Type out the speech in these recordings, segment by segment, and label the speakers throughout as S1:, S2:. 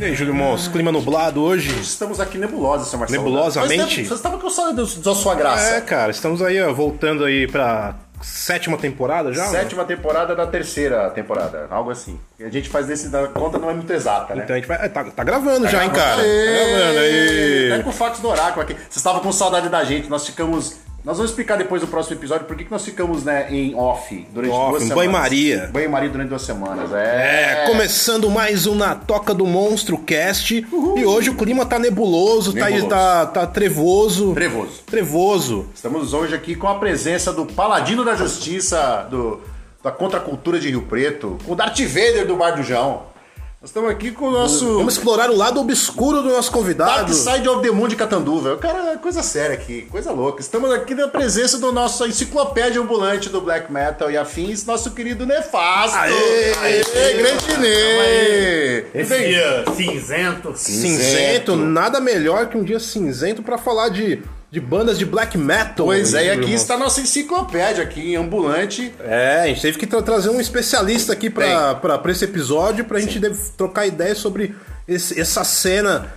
S1: E aí, Júlio Mons, clima nublado hoje?
S2: Estamos aqui nebulosa, seu Marcelo.
S1: Nebulosamente?
S2: Faz tempo- Faz tempo que eu só da da sua
S1: É,
S2: graça.
S1: cara, estamos aí, ó, voltando aí pra sétima temporada já? né?
S2: Sétima temporada da terceira temporada, algo assim. A gente faz desse da conta não é muito exata, né?
S1: Então a gente vai. é, Tá, tá gravando já, hein, cara? Tá gravando
S2: Aê! Até
S1: aí.
S2: Tá com o fax do oráculo aqui. Vocês estavam com saudade da gente, nós ficamos. Nós vamos explicar depois no próximo episódio por que, que nós ficamos né, em off durante
S1: Off,
S2: duas
S1: em
S2: semanas.
S1: banho-maria.
S2: Banho-maria durante duas semanas,
S1: É,
S2: é.
S1: começando mais um Na Toca do Monstro Cast. E hoje o clima tá nebuloso, tá-
S2: Nebuloso.
S1: Tá, tá trevoso.
S2: Trevoso.
S1: Trevoso.
S2: Estamos hoje aqui com a presença do Paladino da Justiça, do, da Contracultura de Rio Preto, com o Darth Vader do Bar do João. Nós estamos aqui com o nosso
S1: Vamos explorar o lado obscuro do nosso
S2: Dark
S1: convidado.
S2: Side of the Moon Tá de Catanduva. Cara, coisa séria aqui, coisa louca. Estamos aqui na presença do nosso enciclopédia ambulante do Black Metal e afins, nosso querido Nefasto.
S1: Aê!
S2: Aê, grande Ney!
S3: Esse
S2: Bem-
S3: dia cinzento.
S1: Cinzento.
S2: Cinzento.
S1: nada melhor que um dia cinzento pra falar de, de bandas de black metal.
S2: Pois é, e aqui
S1: Júlio
S2: está a nossa enciclopédia aqui, ambulante.
S1: É, a gente teve que tra- trazer um especialista aqui pra, pra, pra esse episódio, pra gente deve- trocar ideias sobre esse- essa cena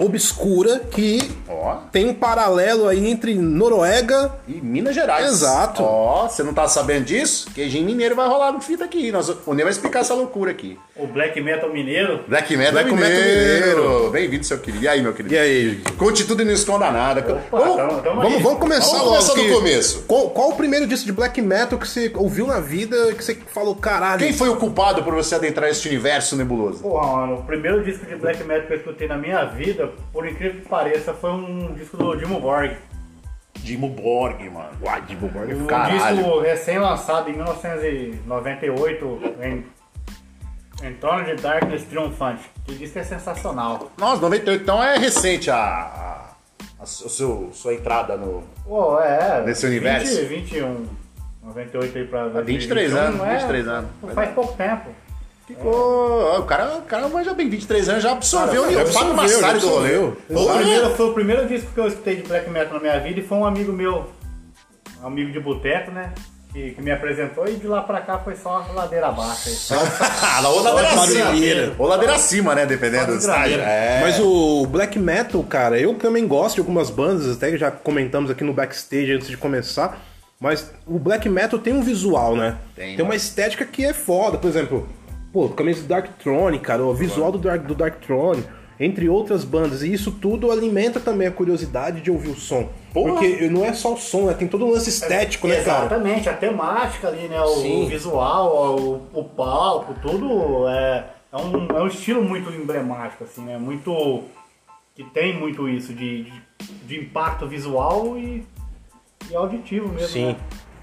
S1: obscura que
S2: Ó.
S1: tem um paralelo aí entre Noruega.
S2: E Minas Gerais.
S1: Exato.
S2: Ó, você não tá sabendo disso? Queijinho mineiro vai rolar no fita aqui. Nós, o Ney vai explicar essa loucura aqui.
S3: O black metal mineiro.
S2: Black Metal
S1: Black Metal Mineiro.
S2: Bem-vindo, seu querido. E aí, meu querido?
S1: E aí,
S2: Conte tudo e não esconda nada. Vamos-
S3: tamo- tamo
S1: vamos,
S3: Ah, aí.
S1: vamos começar
S2: Vamos
S1: logo.
S2: começar do
S1: que-
S2: começo.
S1: Qual, qual o primeiro disco de black metal que você ouviu na vida que você falou, caralho?
S2: Quem foi o culpado por você adentrar este universo nebuloso?
S3: Porra, mano, o primeiro disco de black metal que eu escutei na minha vida, por incrível que pareça, foi um disco do Dimo Borg.
S2: Dimo Borg, mano. Uai, Dimo Borg, é
S3: Um
S2: caralho.
S3: disco recém-lançado em 1998 em, em Throne de Darkness Triumphant. Que disco é sensacional.
S2: Nossa, 98, então é recente a, a, a su- seu- sua entrada no...
S3: Pô, é.
S2: Nesse universo.
S3: 20, 21. 98 aí pra. um,
S2: Há 23
S3: então
S2: anos, 23 anos.
S3: é- Faz pouco tempo.
S2: Ficou... O cara, o cara manja bem, 23 anos, já absorveu
S1: Cara,
S2: o
S1: absorveu,
S2: Fábio Massari
S1: já
S2: do rolê.
S1: absorveu.
S3: Foi o,
S2: Porra.
S3: primeiro, foi o primeiro disco que eu escutei de black metal na minha vida e foi um amigo meu, um amigo de boteco, né? Que, que me apresentou e de lá pra cá foi só ladeira abaixo. aí.
S2: Ah, ou ladeira acima.
S3: barulheira.
S2: Ou ladeira acima, né? Dependendo do
S3: Só barulheira.
S2: estágio. É.
S1: Mas o black metal, cara, eu também gosto de algumas bandas, até que já comentamos aqui no backstage antes de começar. Mas o black metal tem um visual, né?
S2: Tem,
S1: uma estética que é foda. Por exemplo, pô, camisa do Dark Throne, cara, o visual do Dark, do Dark Throne, entre outras bandas. E isso tudo alimenta também a curiosidade de ouvir o som.
S2: Porra.
S1: Porque não é só o som, né? Tem todo um lance estético, né, cara?
S3: Exatamente, a temática ali, né? O,
S1: Sim.
S3: visual, o, o palco, tudo é, é, um, é um estilo muito emblemático, assim, né? Muito. que tem muito isso de, de, de impacto visual e, e auditivo mesmo.
S1: Sim.
S3: né?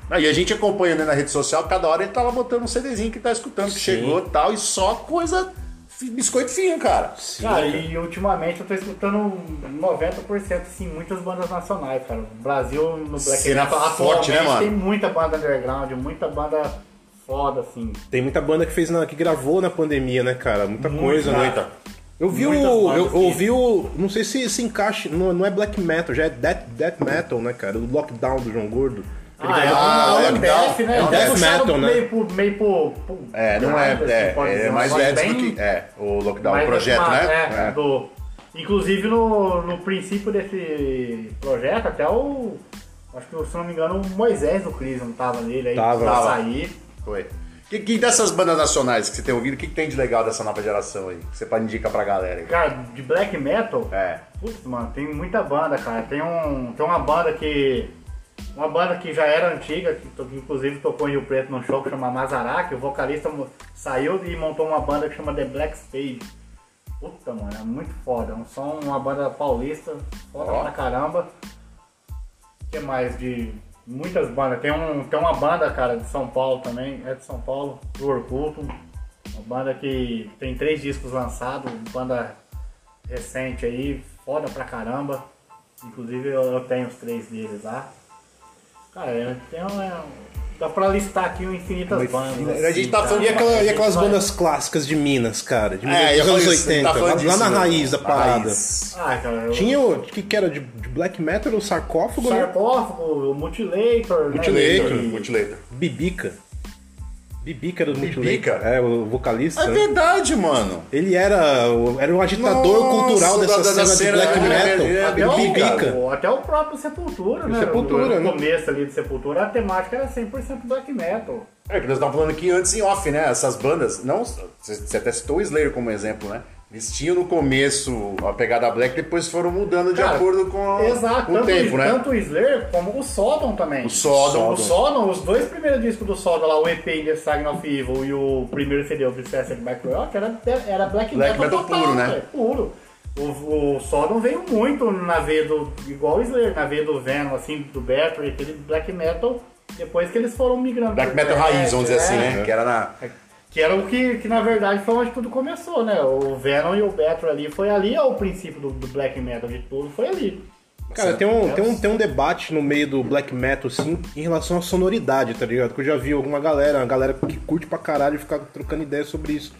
S2: Ah, E a gente acompanha né, na rede social, cada hora ele tá lá botando um CDzinho que tá escutando, que chegou e tal, e só coisa. fi- Biscoito fino, cara.
S3: Cara, e ultimamente eu tô escutando 90%, assim, muitas bandas nacionais, cara. O Brasil no Black
S2: Cena forte, né,
S3: atualmente,
S2: mano?
S3: tem muita banda underground, muita banda foda, assim.
S1: Tem muita banda que fez na, que gravou na pandemia, né, cara? Muita
S3: Muito,
S1: coisa,
S2: é.
S1: né?
S3: cara.
S1: Eu vi o.
S3: Muitas
S1: Eu,
S3: bandas
S1: eu
S3: que-
S1: ouvi o. Não sei se se encaixa. Não, não é black metal, já é death, death metal, né, cara? O lockdown do João Gordo. Ele
S3: Ah, é
S1: gravou-
S2: Ah,
S3: uma
S2: é
S3: banda
S2: legal.
S3: death, né?
S2: É um
S3: Eles
S1: death
S3: puxaram
S1: metal, né?
S3: Meio pro, meio pro, pro
S2: É, não é.
S3: assim,
S2: É,
S3: pode
S2: é,
S3: dizer,
S2: mais
S3: um negócio
S2: velho do
S3: bem-
S2: que. É, o Lockdown,
S3: mais
S2: o projeto,
S3: aproximado,
S2: né?
S3: É, do- inclusive no, no princípio desse projeto, até o. Acho que, se não me engano, o Moisés do Cris não tava nele aí,
S1: Tava.
S3: precisava
S2: Tava.
S3: sair.
S2: Foi. Que, que dessas bandas nacionais que você tem ouvido, o que, que tem de legal dessa nova geração aí? Que você pode indicar pra galera aí?
S3: Cara, de black metal,
S2: É.
S3: Putz, mano, tem muita banda, cara. Tem, um, tem uma banda que. Uma banda que já era antiga, que to- que inclusive tocou em Rio Preto num show que chama Mazará, que o vocalista mo- saiu e montou uma banda que chama The Black Spade. Puta, mano, é muito foda. É um som, uma banda paulista, foda
S2: Ó.
S3: pra caramba. O que mais de. Muitas bandas. Tem, um, tem uma banda, cara, de São Paulo também, é de São Paulo, do Orculto. Uma banda que tem três discos lançados, banda recente aí, foda pra caramba. Inclusive eu, eu tenho os três deles lá. Cara, é, tem um, é, dá pra listar aqui um infinitas bandas.
S2: A gente
S3: assim,
S2: tá
S3: cara.
S2: falando-
S1: E, aquela- e aquelas
S3: Vai-
S1: bandas clássicas de Minas, cara? De Minas
S2: É, eu
S1: dos
S2: falei
S1: anos
S2: isso, você
S1: 80.
S2: tá falando
S1: lá, lá
S2: disso,
S1: na
S2: né?
S1: raiz da parada.
S2: Raiz.
S3: Ah, cara, eu-
S1: Tinha o. que, que era de, de black metal? O sarcófago, né?
S3: Sarcófago, o Mutilator, né?
S1: Mutilator.
S3: E-
S2: Multilator.
S1: Bibica. Bibica era muito
S2: Bibica?
S1: legal. É, o vocalista.
S2: É
S1: né?
S2: verdade, mano.
S1: Ele era, o- era o agitador
S2: Nossa,
S1: cultural dessa
S2: da- da- da
S1: cena,
S2: cena,
S1: de black
S2: é,
S1: metal.
S2: é, é,
S1: o
S2: é,
S3: Até o,
S1: Bibica.
S3: o- até o próprio Sepultura, né?
S1: Sepultura,
S3: no,
S1: né?
S3: no começo ali do Sepultura, a temática era 100% black metal.
S2: É que nós estávamos falando aqui antes em off, né? Essas bandas, não, você você até citou o Slayer como exemplo, né? Eles tinham no começo a pegada black, depois foram mudando de
S3: Cara,
S2: acordo com,
S3: Exato,
S2: com o
S3: tanto,
S2: tempo, né?
S3: tanto o Slayer como o Sodom também.
S2: O Sodom.
S3: O Sodom, os dois primeiros discos do Sodom, lá, o EP In The Sign of Evil e o primeiro CD, o Obsessed by Rock, era, era black,
S2: Black metal
S3: metal, total,
S2: puro, né?
S3: velho, puro. O, o Sodom veio muito na veia do. igual o Slayer, na veia do Venom, assim, do Battery, aquele black metal, depois que eles foram migrando.
S2: Black
S3: pro
S2: metal
S3: thrash,
S2: raiz, vamos dizer assim,
S3: é.
S2: né? Que era na.
S3: Que era o que, que na verdade foi onde tudo começou, né? O Venom e o Battery ali, foi ali ó, o princípio do, do black metal de tudo, foi ali.
S1: Cara, tem um, tem, um, tem um debate no meio do black metal, assim, em relação à sonoridade, tá ligado? Que eu já vi alguma galera, uma galera que curte pra caralho ficar trocando ideia sobre isso.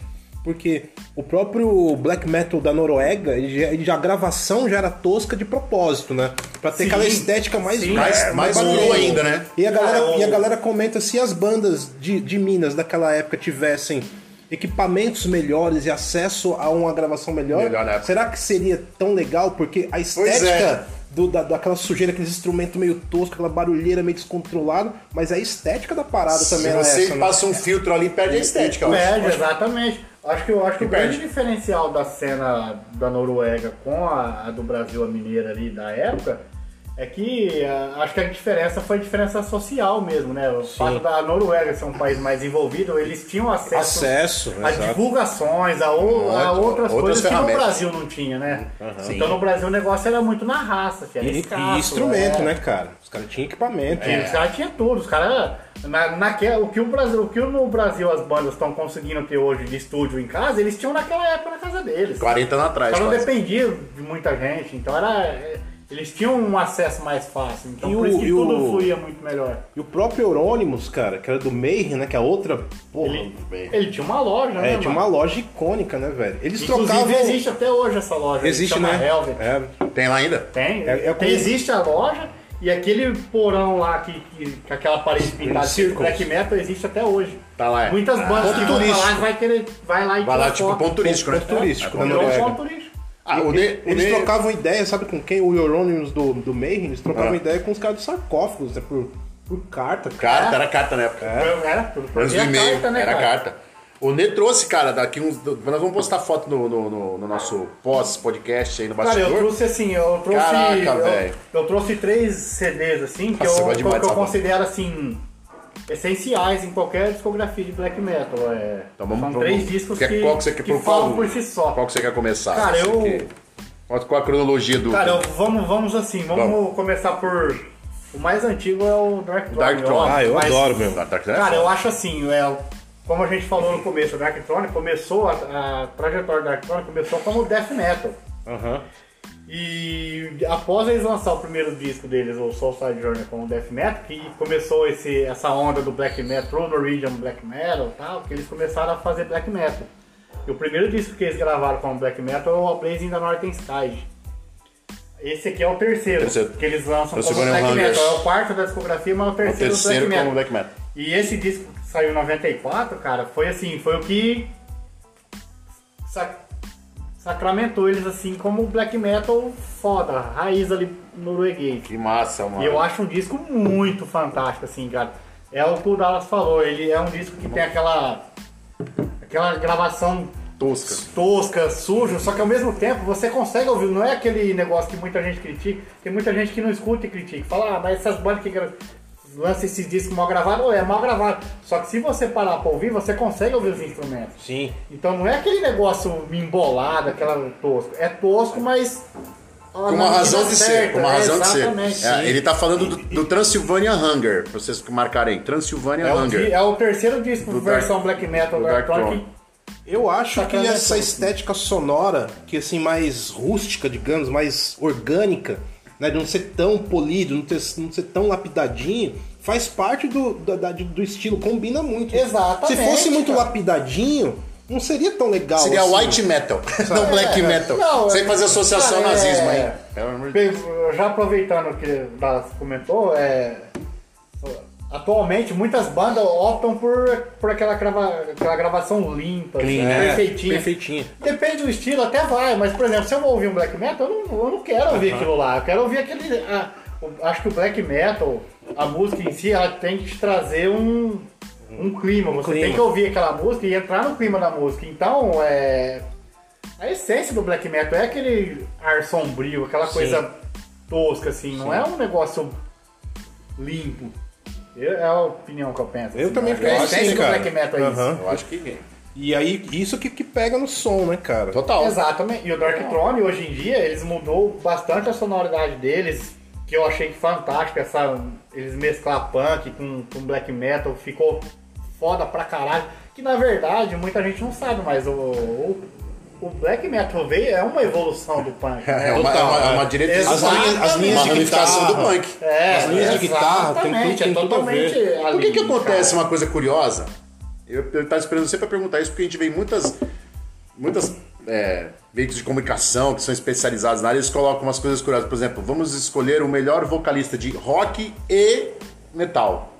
S1: Porque o próprio black metal da Noruega, ele já- ele já- a gravação já era tosca de propósito, né? Pra ter
S3: Sim,
S1: aquela estética mais...
S3: sim.
S2: Mais- mais
S1: barulhenta.
S2: nu ainda, né?
S1: E a galera,
S3: Cara, o-
S1: e a galera comenta se as bandas de, de Minas daquela época tivessem equipamentos melhores e acesso a uma gravação melhor,
S2: Melhor na época.
S1: será que seria tão legal? Porque a
S2: Pois
S1: estética
S2: é.
S1: do, da, daquela sujeira, aqueles instrumentos meio tosco, aquela barulheira meio descontrolada, mas a estética da parada também
S2: Se
S1: era
S2: você
S1: essa, né?
S2: passa um filtro ali, perde a
S1: é
S2: estética, eu acho.
S3: é. Perde, exatamente. Acho que, eu acho que o
S2: perde.
S3: grande diferencial da cena da Noruega com a, a do Brasil, a mineira ali da época, é que ah, acho que a diferença foi a diferença social mesmo, né? O fato da Noruega ser um país mais envolvido, eles tinham acesso,
S1: Acesso,
S3: a
S1: exato.
S3: divulgações, a, o- a
S2: Muito,
S3: outras,
S2: outras
S3: coisas que no
S2: ferramentas.
S3: Brasil não tinha, né?
S2: Sim.
S3: Então no Brasil o negócio era muito na raça, que era
S1: E,
S3: escasso,
S1: e instrumento,
S3: é.
S1: né, cara? Os caras tinham equipamento.
S3: Tinha,
S2: É.
S3: Os caras tinham tudo, os caras. Na, naquela, o, que o, Brasil, o que no Brasil as bandas estão conseguindo ter hoje de estúdio em casa, eles tinham naquela época na casa deles. Os
S2: 40 anos atrás,
S3: caras não
S2: quase.
S3: dependiam de muita gente, então era. é, Eles tinham um acesso mais fácil, então
S1: E
S3: por
S1: o-
S3: isso que
S1: e
S3: tudo
S1: o-
S3: fluía muito melhor.
S1: E o próprio Euronymous, cara, que era do Mayhem, né? Que é a outra. Porra.
S3: Ele, ele tinha uma loja, né?
S1: É, tinha uma
S3: mano?
S1: loja icônica, né, velho? Eles
S3: Inclusive
S1: trocavam.
S3: existe até hoje essa loja.
S1: Existe,
S3: chama
S1: né?
S3: Helvet.
S1: É.
S2: Tem lá ainda?
S3: Tem,
S1: É- é
S3: tem-
S1: como-
S3: existe a loja e aquele porão lá que, que- com aquela parede pintada de
S1: círculos.
S3: black metal existe até hoje.
S2: Tá lá, é.
S3: Muitas bandas
S1: ponto
S3: que vão pra lá
S1: turístico.
S3: vai querer, vai lá e
S2: Vai lá,
S3: tira
S2: tipo,
S3: foto.
S2: ponto turístico, né?
S1: Ponto turístico,
S2: É,
S1: né?
S3: Virou um
S1: Noruega.
S3: ponto turístico.
S2: Ah, o
S1: Eles-
S2: Ne- o
S1: eles
S2: Ne-
S1: trocavam ideia, sabe com quem? O Euronymous do, do Mayhem, eles trocavam
S2: Ah.
S1: ideia com os caras do sarcófagos, né? Por, por carta, cara.
S3: É.
S2: Carta, era carta na época.
S3: Era tudo por
S2: Antes do
S3: via
S2: É. e-mail,
S3: carta, né,
S2: era
S3: cara?
S2: carta. O Nê trouxe, cara, daqui uns. Nós vamos postar foto no, no- no- no nosso pós-podcast aí no
S3: Cara,
S2: bastidor.
S3: eu trouxe assim, eu trouxe.
S2: Caraca,
S3: eu,
S2: velho.
S3: eu trouxe três CDs assim que
S2: Nossa, eu
S3: eu,
S2: gosto
S3: que eu,
S2: demais
S3: que eu
S2: dessa banda.
S3: considero assim. Essenciais em qualquer discografia de black metal. É.
S2: Então vamos
S3: São
S2: pro-
S3: três discos que,
S2: quer- qual que, você quer
S3: que
S2: pro
S3: falam
S2: qual,
S3: por si só.
S2: Qual que você quer começar?
S3: Cara,
S2: Você
S3: eu-
S2: que- Qual, qual a cronologia do.
S3: Cara, eu- vamos, vamos assim, vamos,
S2: Vamos.
S3: começar por. O mais antigo é o Dark Throne.
S2: Dark Throne.
S3: óbvio,
S1: Ah, eu
S3: mas-
S1: adoro, meu.
S2: Dark né? Knight?
S3: Cara, eu acho assim, é, como a gente falou no começo, o Dark Throne começou, a, a trajetória do Dark Throne começou como death metal.
S1: Aham.
S3: E após eles lançar o primeiro disco deles, o Soulside Journey como Death Metal, que começou esse, essa onda do Black Metal, True Norwegian Black Metal e tal, que eles começaram a fazer Black Metal. E o primeiro disco que eles gravaram como Black Metal é o A Blaze in the Northern Sky. Esse aqui é o terceiro,
S2: Terceiro.
S3: que eles lançam
S2: O
S3: como
S2: Suburban
S3: Black
S2: Hungers.
S3: Metal. É o quarto da discografia, mas é o
S2: o
S3: terceiro, do
S2: terceiro
S3: Black
S2: como
S3: Metal.
S2: Black Metal.
S3: E esse disco que saiu em 94, cara, foi assim, foi o que sac- sacramentou eles assim como black metal foda, raiz ali norueguês.
S2: Que massa, mano.
S3: E eu acho um disco muito fantástico, assim, cara. É o que o Dallas falou, ele é um disco que tem aquela. aquela gravação
S2: Tosca.
S3: tosca, sujo, só que ao mesmo tempo você consegue ouvir, não é aquele negócio que muita gente critica, tem muita gente que não escuta e critica, fala, ah, mas essas bandas que gra- lançam esses discos mal gravados, ou é mal gravado. Só que se você parar pra ouvir, você consegue ouvir os instrumentos.
S1: Sim.
S3: Então não é aquele negócio embolado, aquela tosco. É tosco, mas.
S2: Com uma razão de ser. Com uma razão de
S3: exatamente.
S2: ser. É, ele tá falando do, do Transylvania Hunger, pra vocês que marcarem. Transylvania
S3: É o, di-
S2: Hunger.
S3: é o terceiro disco
S2: Do
S3: versão
S2: Dark-
S3: black metal
S2: do
S3: do Dark
S2: Dark
S3: Throne.
S2: Throne.
S1: Eu acho que
S3: Sacana
S1: essa
S3: é
S1: estética sonora, que assim, mais rústica, digamos, mais orgânica, né? De não ser tão polido, não, ter- não ser tão lapidadinho, faz parte do, da- da- do estilo, combina muito.
S3: Exatamente,
S1: Se fosse muito
S3: cara.
S1: lapidadinho, não seria tão legal.
S2: Seria
S1: assim.
S2: white metal, não black metal.
S3: Não,
S2: Sem
S3: é-
S2: fazer
S1: Ah,
S2: associação ao
S3: cara, é-
S2: nazismo, hein? Pelo amor de Deus.
S3: Bem, Já aproveitando o que o Dallas comentou, é, Atualmente, muitas bandas optam por, por aquela, grava, aquela gravação limpa,
S1: Clean,
S3: assim,
S1: né?
S3: perfeitinha.
S1: Perfeitinha.
S3: Depende do estilo, até vai, mas por exemplo, se eu vou ouvir um black metal, eu não, eu não quero ouvir aquilo lá. Eu quero ouvir aquele. a- o- acho que o black metal, a música em si, ela tem que te trazer um, um clima. Você
S1: clima.
S3: tem que ouvir aquela música e entrar no clima da música. Então, é. A essência do black metal é aquele ar sombrio, aquela
S1: Sim.
S3: coisa tosca, assim, não é um negócio limpo. Eu- é a opinião que eu penso.
S1: Eu
S3: assim,
S1: também
S3: acho que A
S1: penso
S3: essência
S1: assim,
S3: do
S1: cara.
S3: black metal é isso.
S1: Aham.
S2: Eu acho que.
S1: E aí, isso que, que pega no som, né, cara?
S2: Total.
S3: Exatamente. E o Dark Throne, hoje em dia, eles mudou bastante a sonoridade deles, que eu achei fantástico, essa, eles mesclar punk com, com black metal, ficou foda pra caralho. Que na verdade, muita gente não sabe, mas o, o, o black metal veio, é uma evolução do punk.
S2: É
S3: Né?
S2: uma,
S1: Total,
S2: é uma- é uma
S1: é.
S2: diretriz.
S1: As linhas- as linhas
S2: uma
S1: de
S2: ramificação do
S1: guitarra.
S2: punk.
S3: É,
S1: As linhas de guitarra tem tudo-
S3: exatamente,
S1: tem
S3: é
S1: tudo a ver.
S3: totalmente
S2: Por que,
S3: ali,
S2: que acontece
S3: cara.
S2: uma coisa curiosa? Eu, eu tava esperando você pra perguntar isso, porque a gente vê em muitas, muitas é, veículos de comunicação que são especializados na área, eles colocam umas coisas curiosas. Por exemplo, vamos escolher o melhor vocalista de rock e metal.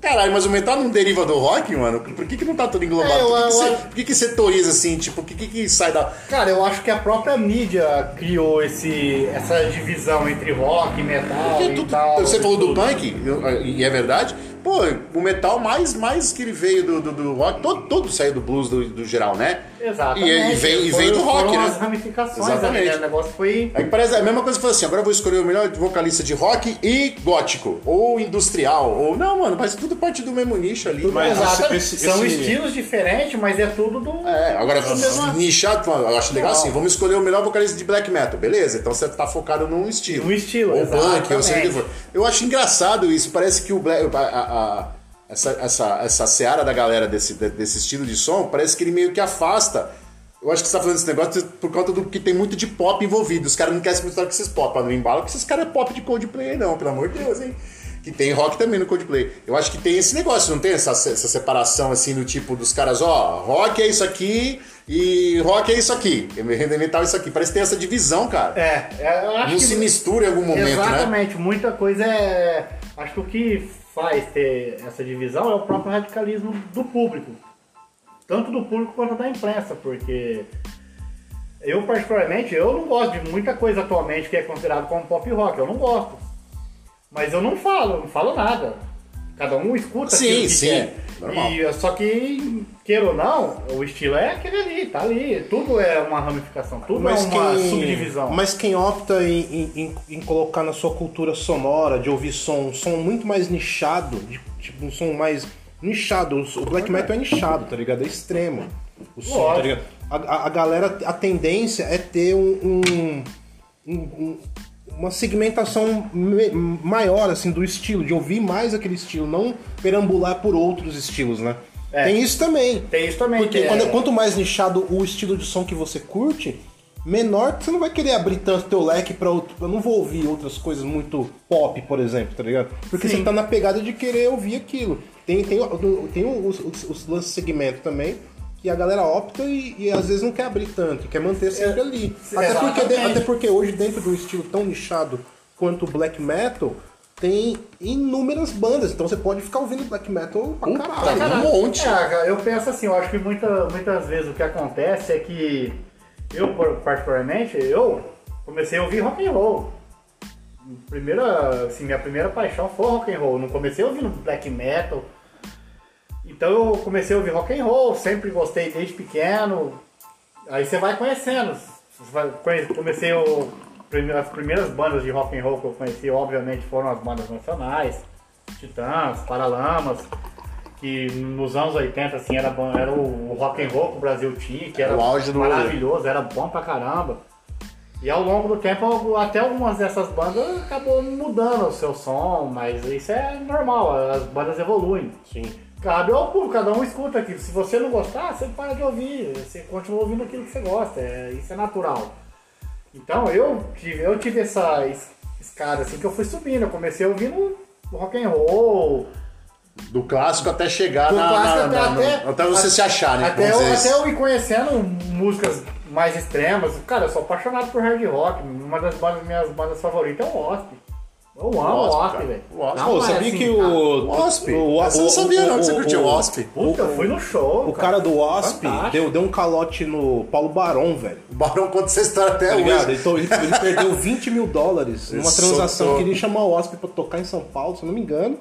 S2: Caralho, mas o metal não deriva do rock, mano? Por que, que não tá tudo englobado?
S3: É, eu-
S2: por que, que,
S3: eu-
S2: você, por que que setoriza assim? Tipo, por que, que, que sai da.
S3: Cara, eu acho que a própria mídia criou esse, essa divisão entre rock, metal
S2: Porque
S3: e
S2: tudo-
S3: tal.
S2: você
S3: e
S2: falou do
S3: tudo.
S2: punk, eu- e é verdade. Pô, o metal mais, mais que ele veio do, do, do rock, todo, todo saiu do blues do, do geral, né?
S3: Exatamente.
S2: E, e vem, e
S3: Foi-
S2: vem do rock,
S3: foram
S2: né?
S3: as ramificações ali, né?
S2: Exatamente.
S3: O negócio foi...
S2: Aí parece a mesma coisa que falou assim, agora eu vou escolher o melhor vocalista de rock e gótico, ou industrial, ou... Não, mano, mas tudo parte do mesmo nicho ali.
S1: Mas
S3: Exatamente.
S1: esse- esse-
S3: São
S1: esse-
S3: estilos diferentes, mas é tudo do...
S2: É, agora
S3: mesmo. assim.
S2: nichar, eu acho legal
S3: Não.
S2: assim, vamos escolher o melhor vocalista de black metal, beleza? Então você tá focado num estilo.
S3: Num estilo,
S2: Ou punk, ou
S3: exatamente.
S2: seja o que for. Eu acho engraçado isso, parece que o black, a- a- a- essa, essa, essa seara da galera desse, de- desse estilo de som, parece que ele meio que afasta. Eu acho que você tá fazendo esse negócio por conta do que tem muito de pop envolvido. Os caras não querem se misturar com esses pop, pra não embala que esses caras é pop de Coldplay aí não, pelo amor de Deus, hein? Que tem rock também no Coldplay. Eu acho que tem esse negócio, não tem essa, essa separação assim do tipo dos caras, ó, rock é isso aqui e rock é isso aqui. E metal é isso aqui. Parece que tem essa divisão, cara.
S3: É, é, eu acho
S2: não
S3: que...
S2: se mistura em algum momento, né?
S3: Exatamente. Muita coisa é... Acho que o que faz ter essa divisão é o próprio radicalismo do público. Tanto do público quanto da imprensa, porque... Eu, particularmente, eu não gosto de muita coisa atualmente que é considerado como pop rock. Eu não gosto. Mas eu não falo, não falo nada. Cada um escuta
S2: Sim,
S3: aquilo que
S2: sim,
S3: quer.
S2: normal.
S3: E, só que, queira ou não, o estilo é aquele ali, tá ali. Tudo é uma ramificação, tudo é uma subdivisão.
S1: Mas quem opta em, em- em- em colocar na sua cultura sonora, de ouvir som, um som muito mais nichado, de- tipo um som mais nichado, o, o black metal é nichado, tá ligado? É extremo. O som,
S3: Lógico.
S1: tá ligado? A, a- a galera, a tendência é ter um- um- um- um- uma segmentação me- maior assim do estilo, de ouvir mais aquele estilo, não perambular por outros estilos, né?
S3: É.
S1: Tem isso também.
S3: Tem isso também.
S1: Porque
S3: que é-
S1: quando- quanto mais nichado o estilo de som que você curte, menor que você não vai querer abrir tanto teu leque pra outro. Eu não vou ouvir outras coisas muito pop, por exemplo, tá ligado? Porque
S3: Sim.
S1: você tá na pegada de querer ouvir aquilo. Tem, tem, o- tem os, os, os lances segmento também. que a galera opta e, e às vezes não quer abrir tanto, quer manter sempre ali. Até porque, de-
S3: É, exatamente.
S1: até porque hoje, dentro de um estilo tão nichado quanto o black metal, tem inúmeras bandas. Então você pode ficar ouvindo black metal pra caralho. né?
S2: Tá um monte.
S3: É, cara, eu penso assim, eu acho que muita- muitas vezes o que acontece é que eu, por- particularmente, eu comecei a ouvir rock and roll. Primeira, assim, minha primeira paixão foi rock and roll. Não comecei ouvindo black metal. Então eu comecei a ouvir rock and roll, sempre gostei desde pequeno. Aí você vai conhecendo. Você vai- conhe- Comecei o, prime- as primeiras bandas de rock and roll que eu conheci, obviamente, foram as bandas nacionais, Titãs, Paralamas, que nos anos 80 assim era bom- era o o rock and roll que o Brasil tinha, que era
S2: O auge do-
S3: maravilhoso, era bom pra caramba. E ao longo do tempo, algu- até algumas dessas bandas acabou mudando o seu som, mas isso é normal, as bandas evoluem.
S1: Sim.
S3: Cabe ao público, cada um escuta aquilo. Se você não gostar, você para de ouvir. Você continua ouvindo aquilo que você gosta. é- isso é natural. Então eu tive, eu tive essa es- escada assim que eu fui subindo. Eu comecei ouvindo rock and roll.
S2: Do clássico até chegar
S3: do
S2: na,
S3: clássico
S2: na- na- no- até, você
S3: a-
S2: se achar, né?
S3: Até eu,
S2: Vamos dizer
S3: até
S2: isso.
S3: eu ir conhecendo músicas mais extremas. Cara, eu sou apaixonado por hard rock. Uma das bandas- minhas bandas favoritas é o Wasp. Eu amo o
S2: Wasp,
S3: Wasp,
S2: cara.
S3: velho.
S2: O Wasp.
S3: Dá
S1: Pô,
S3: uma-
S1: sabia
S3: assim,
S1: que o.
S2: O Wasp.
S1: O,
S2: Você não sabia, não, que você curtiu o Wasp.
S3: Puta, eu fui no show.
S1: O cara do Wasp
S3: Fantástico.
S1: deu, deu um calote no Paulo Barão, velho.
S2: O Barão conta essa história até
S1: Tá ligado?
S2: hoje.
S1: Então ele, ele perdeu 20 mil dólares numa
S2: É Ele
S1: transação.
S2: soltou.
S1: Queria chamar o Wasp pra tocar em São Paulo, se eu não me engano.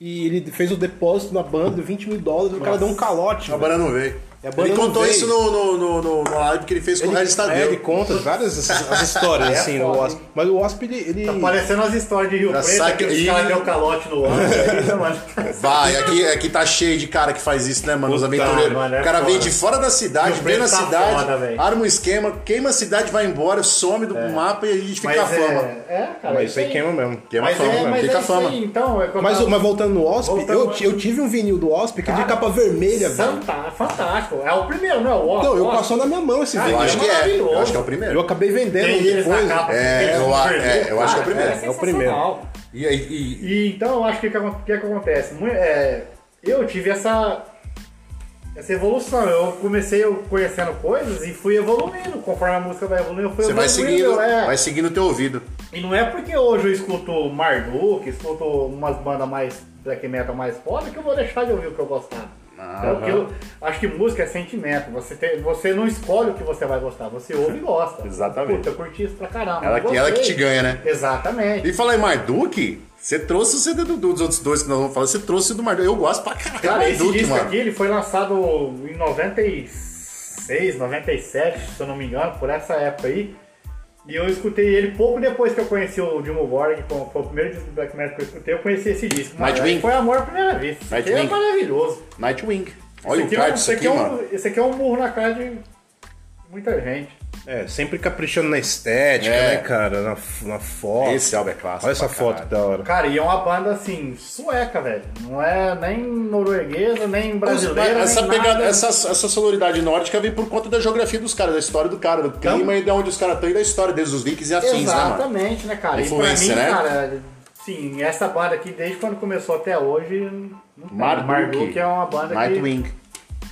S1: E ele fez o depósito na banda de 20 mil dólares e o cara deu um calote.
S2: A
S1: velho.
S2: Barão não veio.
S1: E
S3: É,
S1: a Barão
S2: Ele
S1: não
S2: contou
S1: veio.
S2: isso no, no, no, no, no live que ele fez com o Regis
S1: é, ele
S2: Tadeu. É
S1: conta várias essas- as histórias, assim, do
S3: foda,
S1: Wasp. Mas o Wasp, ele. ele-
S3: Tá parecendo as histórias de Rio
S2: Já
S3: Preto,
S2: saca-
S3: que os
S2: Ih.
S3: caras deu calote no ano. mano.
S2: Vai, aqui, aqui tá cheio de cara que faz isso, né, mano? Os
S1: Puta,
S2: aventureiros.
S3: mano, é
S2: o cara vem
S3: foda.
S2: de fora da cidade,
S3: Rio
S2: vem na
S3: Preto tá
S2: cidade,
S3: foda, velho. É.
S2: arma um esquema, queima a cidade, vai embora, some do mapa e a gente fica
S3: Mas
S2: a fama.
S3: é, é, cara.
S1: Mas isso aí queima mesmo.
S2: Queima
S3: Mas
S2: a fama,
S3: é,
S2: mano.
S3: mas
S2: Fica
S3: é
S2: a
S3: isso
S2: fama.
S3: aí, então. É como
S1: Mas, o- mas voltando no Wasp,
S3: Voltando
S1: eu,
S3: ao Wasp.
S1: eu tive um vinil do Wasp que é de
S3: Cara,
S1: capa vermelha, velho.
S3: Santa, fantástico. É o primeiro, não é o Oscar.
S1: Não, eu passou na minha mão esse
S3: Cara,
S2: Eu
S1: vinil.
S2: acho que é. Eu acho que é o primeiro.
S1: Eu acabei vendendo
S3: Tem eles na
S1: depois.
S3: capa.
S2: É, eu a- é, eu acho que é o
S3: Cara,
S2: primeiro.
S1: É o primeiro.
S3: sensacional.
S2: E, aí- e-
S3: E então eu acho que o que, acon- que é que acontece? Mu- é, eu tive essa, essa evolução. Eu comecei eu conhecendo coisas e fui evoluindo. Conforme a música vai evoluindo, eu fui
S2: você vai
S3: evoluindo.
S2: seguindo,
S3: é.
S2: vai seguindo o teu ouvido.
S3: E não é porque hoje eu escuto Marduk, escuto umas bandas mais black metal mais foda que eu vou deixar de ouvir o que eu gostava. Então, que eu- acho que música é sentimento. Você, tem- você não escolhe o que você vai gostar, você ouve e gosta.
S2: Exatamente.
S3: Puta, Ah, eu curti isso pra caramba.
S2: Ela que- ela que
S3: gostei.
S2: te ganha, né?
S3: Exatamente.
S2: E fala aí, Marduk, você trouxe o CD do, dos outros dois que nós vamos falar, você trouxe o do Marduk. Eu gosto pra caralho do
S3: Cara, esse
S2: Marduk,
S3: disco
S2: mano.
S3: aqui ele foi lançado em 96, 97, se eu não me engano, por essa época aí. E eu escutei ele pouco depois que eu conheci o Dimmu Borg, que foi o primeiro disco do Black Metal que eu escutei, eu conheci esse disco. Mas
S2: Nightwing.
S3: aí foi amor à primeira vez. Esse aqui é
S2: Nightwing.
S3: maravilhoso.
S2: Nightwing. Olha
S3: esse
S2: o cara
S3: é um-
S2: disso aqui,
S3: é um,
S2: mano.
S3: Esse aqui é um murro na cara de muita gente.
S1: É, sempre caprichando na estética,
S2: É.
S1: né, cara? Na, f- na foto.
S2: Esse álbum é clássico
S1: Olha essa
S2: pra
S1: foto
S2: caralho.
S1: que da hora.
S3: Cara, e é uma banda assim, sueca, velho. Não é nem norueguesa, nem brasileira.
S2: essa,
S3: nem
S2: pegada-
S3: nada.
S2: essa, essa sonoridade nórdica vem por conta da geografia dos caras, da história do cara, do clima e de onde os caras estão e da história deles, dos vikings e afins, né, mano?
S3: Então- Exatamente, né, cara? E pra mim,
S2: Influência, né?
S3: cara, sim, essa banda aqui, desde quando começou até hoje, não tem.
S2: Marduk,
S3: é uma banda que...
S2: Nightwing.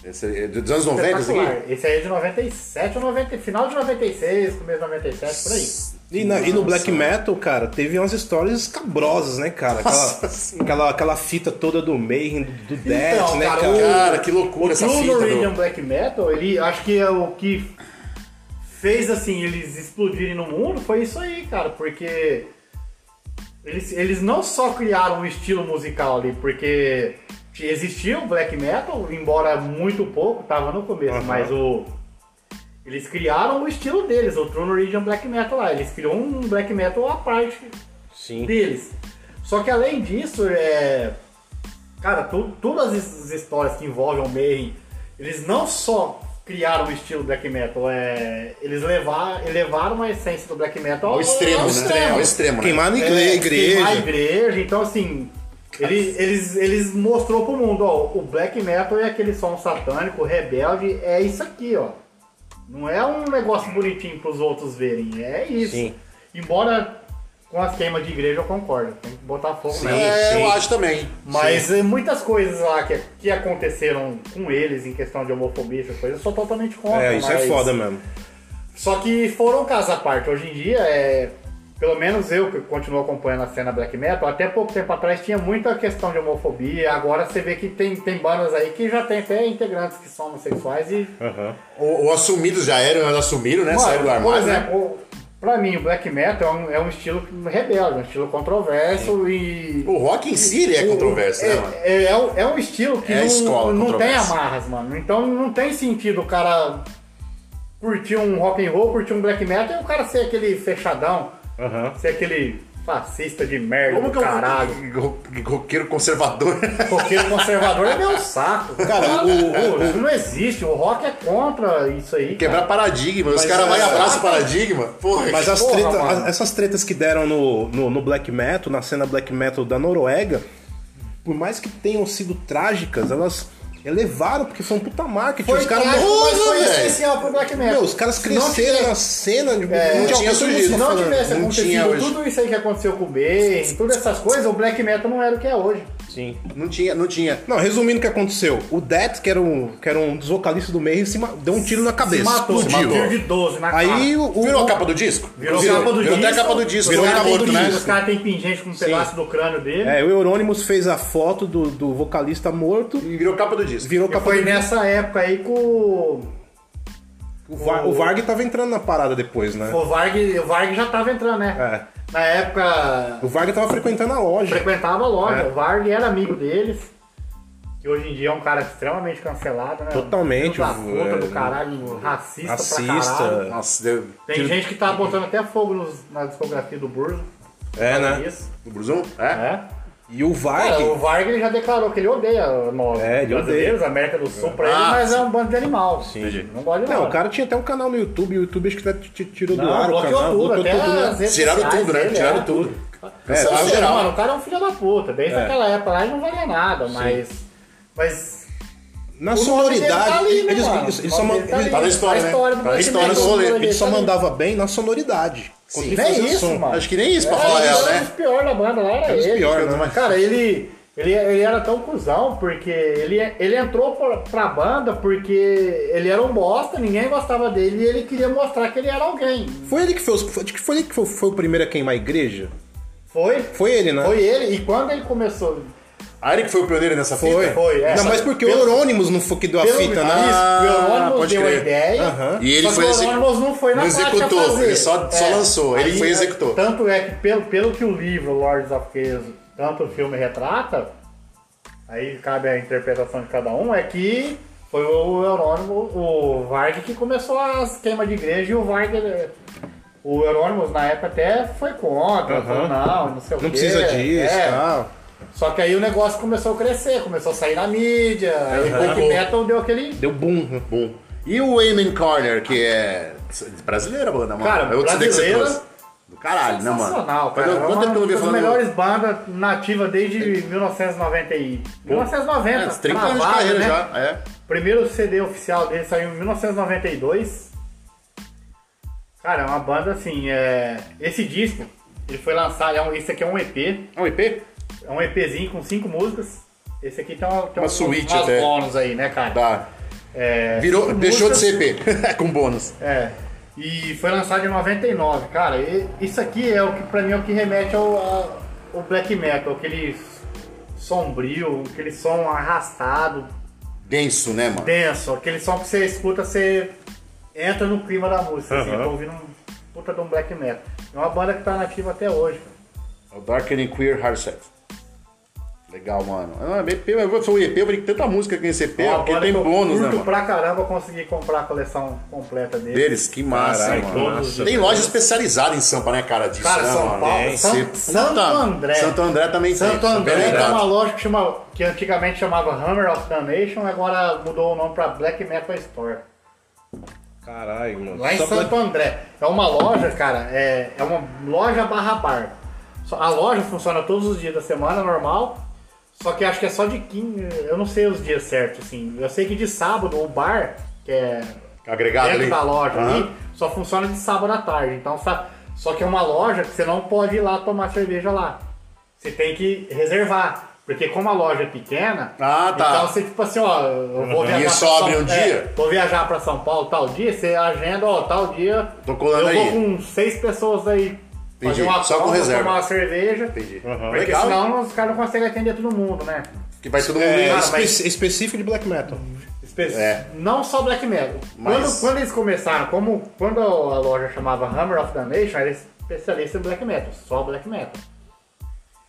S2: Esse é dos anos 90, esse aqui?
S3: espetacular. Esse aí é de 97 ou 90, final de 96, começo de 97, por aí.
S1: E, na- e no
S2: Nossa.
S1: black metal, cara, teve umas histórias escabrosas, né, cara?
S2: Nossa
S1: Aquela,
S2: senhora.
S1: aquela, aquela fita toda do Mayhem, do, do Death,
S3: Então,
S1: né,
S3: cara,
S1: cara?
S3: o-
S2: Cara, que loucura
S3: O
S2: essa
S3: True
S2: fita.
S3: Norwegian
S2: Do...
S3: Black Metal, ele acho que é o que fez assim eles explodirem no mundo foi isso aí, cara, porque eles, eles não só criaram um estilo musical ali, porque existia o black metal, embora muito pouco, tava no começo,
S1: Aham.
S3: mas o eles criaram o estilo deles, o True Norwegian Black Metal lá, eles criaram um black metal à parte
S1: Sim.
S3: deles. Só que além disso, é. Cara, tu- todas as histórias que envolvem o Mayhem, eles não só criaram o estilo black metal, é, eles levar, elevaram a essência do black metal
S2: Ao extremo,
S3: ao
S2: né?
S3: extremo.
S2: Ao extremo, né?
S1: Queimar na igre-
S3: É,
S1: igreja.
S3: queimar a igreja, então assim. Eles, eles, eles mostrou pro mundo, ó, o black metal é aquele som satânico, rebelde, é isso aqui, ó. Não é um negócio bonitinho pros outros verem, é isso.
S1: Sim.
S3: Embora com as queimas de igreja eu concordo, tem que botar fogo
S1: Sim.
S3: mesmo.
S2: É,
S1: Sim.
S2: eu acho também.
S3: Mas
S2: Sim.
S3: eh, muitas coisas lá que, que aconteceram com eles em questão de homofobia, essas coisas, eu sou totalmente contra.
S1: É, isso é
S3: mas-
S1: foda mesmo.
S3: Só que foram casos à parte. Hoje em dia, é, pelo menos eu que continuo acompanhando a cena black metal, até pouco tempo atrás tinha muita questão de homofobia, agora você vê que tem, tem bandas aí que já tem até integrantes que são homossexuais e
S1: Aham.
S2: Ou, ou assumidos já eram, eles assumiram, né?
S3: Mano,
S2: Saíram do
S3: Por
S2: armário. né?
S3: exemplo, pra mim, o black metal é um, é um estilo rebelde, um estilo controverso e.
S2: O rock em si ele é controverso, né,
S3: é,
S2: mano?
S3: é, é um- é um estilo que
S2: É a
S3: não,
S2: escola
S3: não tem
S2: controversa.
S3: amarras, mano. Então não tem sentido o cara curtir um rock and roll, curtir um black metal e o cara ser aquele fechadão,
S1: Aham.
S3: ser é aquele fascista de merda,
S2: Como que
S3: do
S2: é um
S3: caralho.
S2: ro- roqueiro conservador?
S3: Roqueiro conservador é meu saco.
S1: Cara, o-
S3: Pô, isso não existe. O rock é contra isso aí. cara.
S2: Quebrar paradigma. Os
S1: Mas
S2: caras
S1: é-
S2: vão e abraçam o paradigma. Porra.
S1: Mas as
S3: Porra,
S1: treta-
S3: mano.
S1: as- essas tretas que deram no, no, no black metal, na cena black metal da Noruega, por mais que tenham sido trágicas, elas elevaram, porque foi um puta marketing.
S3: Foi
S1: os caras
S3: trágico,
S1: Porra,
S3: mas foi
S1: velho!
S3: essencial pro black metal.
S1: Meu, os caras
S3: Se não
S1: cresceram
S3: tivesse-
S1: na cena, de-
S3: É,
S1: não
S2: tinha
S1: tinha
S2: surgido.
S1: surgido.
S3: Se não tivesse
S2: Não tinha
S3: acontecido
S2: hoje.
S3: tudo isso aí que aconteceu com o Ben, todas essas coisas, o black metal não era o que é hoje.
S1: Sim.
S2: Não tinha, não tinha.
S1: Não, resumindo o que aconteceu. O Death, que era um, que era um dos vocalistas do meio, se ma- deu um tiro na cabeça.
S3: Matou,
S1: explodiu.
S2: matou.
S3: tiro de 12 na
S1: Aí
S3: cara.
S1: o, o-
S2: Virou a capa do disco?
S3: Virou, capa do
S2: virou
S3: disco.
S2: até a capa do disco.
S1: Virou
S2: não era
S1: capa do
S2: morto, né?
S1: disco.
S3: Os caras têm pingente com um pedaço do crânio dele.
S1: é, o Eurônimos fez a foto do, do vocalista morto,
S2: E Virou capa do disco.
S1: virou
S3: E
S1: capa
S3: foi
S1: do-
S3: nessa época aí que o,
S1: O, Var, o Varg tava entrando na parada depois, né?
S3: o, Varg, o Varg já tava entrando, né?
S1: É.
S3: Na época,
S1: O Varg tava frequentando a loja.
S3: frequentava a loja.
S1: É.
S3: O Varg era amigo deles. Que hoje em dia é um cara extremamente cancelado, né?
S1: Totalmente,
S3: Filho da puta
S1: é,
S3: do caralho, racista, pra
S1: Racista.
S3: caralho.
S2: Nossa, deu.
S3: Tem gente que tá botando até fogo nos- na discografia do Burzo.
S1: É, né?
S3: Isso.
S2: O Bruzão? É?
S3: É.
S1: E o
S3: Cara, o
S1: Varg.
S3: Varg ele já declarou que ele odeia nós
S1: É, ele
S3: brasileiros, América do Sul pra
S2: Ah,
S3: ele, mas é um bando de animal.
S1: Entendi.
S3: Não gosta de
S1: Não,
S3: nada.
S1: o cara tinha até um canal no YouTube, o YouTube acho que até t- tirou do
S3: Não,
S1: ar o
S3: bloqueou
S1: canal.
S3: tudo,
S1: bloqueou
S3: até
S1: tudo, né?
S3: as redes
S2: Tiraram
S3: sociais
S2: tudo, né?
S3: dele,
S2: Tiraram
S3: é.
S2: tudo.
S1: É,
S2: Cancelaram
S1: tá
S3: Sei lá, mano,
S2: geral.
S3: o cara é um filho da puta. Desde
S1: É.
S3: aquela época lá ele não valia nada, mas. Mas.
S1: Na
S3: o nome dele
S1: sonoridade,
S3: tá ali, né,
S1: eles,
S3: mano?
S1: eles- eles
S3: O
S1: só
S3: nome
S1: man-
S3: dele tá
S1: eles-
S2: Tá na história,
S3: A
S2: né?
S3: história do
S2: Tá na história do
S3: Black
S2: rolê.
S3: Metal,
S1: ele só
S3: tá ali.
S1: mandava bem na sonoridade. Conseguia
S3: nem
S1: fazer
S3: isso,
S1: som.
S3: mano.
S2: Acho que nem isso pra
S3: Era
S2: falar a real,
S3: um
S2: né?
S3: dos piores da banda lá, era
S1: dos
S3: ele.
S1: piores, né?
S3: Mas, Cara, ele, ele, ele era tão cuzão, porque ele, ele entrou pra, pra banda porque ele era um bosta, ninguém gostava dele e ele queria mostrar que ele era alguém.
S1: Foi ele que foi, os- foi- acho que foi ele que foi, foi o primeiro a queimar a igreja?
S3: Foi?
S1: Foi ele, né?
S3: Foi ele, e quando ele começou.
S2: A Eric foi o pioneiro nessa fita?
S1: Foi.
S3: Foi, é.
S1: Não, mas porque o Eurônimos não foi que deu a
S3: Pelo
S1: fita, né?
S3: Isso,
S2: Ah,
S3: o Euronymous
S2: pode
S3: deu
S2: crer.
S3: a ideia.
S1: Aham.
S2: E ele
S3: só
S2: foi
S3: que o
S2: exec-
S3: Euronymous não foi na
S2: não
S3: prática
S2: executou,
S3: fazer. É.
S2: ele só- só lançou, ele foi executou.
S3: Tanto é que, pelo, pelo que o livro Lords of Chaos, tanto o filme retrata, aí cabe a interpretação de cada um, é que foi o Eurônimo, o Varg que começou as queimas de igreja e o Varg... eh, O Euronymous na época até foi contra,
S1: Aham.
S3: falou, não, não sei o
S1: Não
S3: quê.
S1: precisa disso,
S3: É,
S2: tá?
S1: tal.
S3: Só que aí o negócio começou a crescer, começou a sair na mídia, aí o Black Metal deu aquele
S1: Deu boom. né?
S2: Bom. E o Eamon Corner, que é brasileira a banda, mano.
S3: Cara,
S2: é outro CD que você
S3: brasileira.
S2: trouxe. Do caralho, né, mano?
S3: Sensacional, cara.
S2: Quanto- Quanto tempo que eu não via
S3: Uma das
S2: falando?
S3: melhores bandas nativas desde 1990 e... 1990.
S2: É, uns 30 anos de
S3: cravado,
S2: carreira
S3: né?
S2: já. É.
S3: Primeiro CD oficial dele saiu em 1992. Cara, é uma banda assim, é... Esse disco, ele foi lançado, é um... esse aqui é um EP.
S2: É um EP?
S3: É um EPzinho com cinco músicas. Esse aqui tem, uma, tem
S2: Uma
S3: uns-
S2: suíte
S3: umas
S2: até.
S3: bônus aí, né, cara?
S2: Tá.
S3: É,
S2: Virou,
S3: cinco
S2: deixou de
S3: músicas.
S2: ser EP. Com bônus.
S3: É. E foi lançado em 99, cara. e isso aqui é o que pra mim é o que remete ao, a- ao black metal, aquele sombrio, aquele som arrastado,
S2: Denso, né, mano?
S3: denso, aquele som que você escuta, você entra no clima da música, assim, tô ouvindo um puta de um black metal. É uma banda que tá nativa até hoje. cara.
S2: É o Darkening Queer Hardset. Legal, mano. Ah, EP, eu vou falar o EP, eu falei que tanta música que nesse EP,
S3: É uma
S2: porque
S3: banda
S2: tem
S3: que eu
S2: bônus, né,
S3: curto
S2: mano?
S3: pra caramba conseguir comprar a coleção completa deles.
S2: Deles, que massa,
S1: Caralho,
S2: mano.
S1: que
S3: massa.
S2: Tem loja especializada em Sampa, né, cara? Disso,
S3: Cara,
S2: né,
S3: São
S2: mano?
S3: Paulo,
S2: Tem.
S3: San-
S2: Cê-
S3: Santo
S2: Puta,
S3: André.
S2: Santo André também
S3: Santo
S2: tem.
S3: André
S2: Bem
S3: é
S2: lembrado.
S3: uma loja que, chama, que antigamente chamava Hammer of Damnation, agora mudou o nome pra Black Metal Store.
S1: Caralho, mano.
S3: Lá em
S1: Só
S3: Santo
S1: pra-
S3: André. É uma loja, cara, é, é uma loja barra bar. Só- A loja funciona todos os dias da semana, normal. Só que acho que é só de quinta. Eu não sei os dias certos, assim. Eu sei que de sábado o bar, que é
S2: Agregado
S3: dentro
S2: ali.
S3: da loja
S2: Aham.
S3: ali, só funciona de sábado à tarde. Então, sa- só que é uma loja que você não pode ir lá tomar cerveja lá. Você tem que reservar. Porque como a loja é pequena,
S2: Ah, tá.
S3: então você tipo assim, ó, eu vou viajar. pra
S2: só abre
S3: São-
S2: um
S3: é,
S2: dia?
S3: vou viajar pra São Paulo tal dia, você agenda, ó, tal dia.
S2: Tô colando
S3: eu
S2: aí.
S3: vou com seis pessoas aí.
S2: Entendi,
S3: Fazer uma
S2: só com
S3: compra,
S2: reserva.
S3: tomar uma cerveja.
S2: Entendi.
S3: Porque
S2: Legal, hein?
S3: senão os caras não conseguem atender todo mundo, né?
S2: Que vai todo mundo...
S1: É,
S2: É,
S3: Cara,
S1: espe-
S3: né, mas-
S1: específico de black metal.
S3: Espe-
S2: É.
S3: Não só Black Metal.
S2: Mas-
S3: Quando, quando eles começaram, como quando a loja chamava Hammer of Damnation, era especialista em Black Metal, só Black Metal.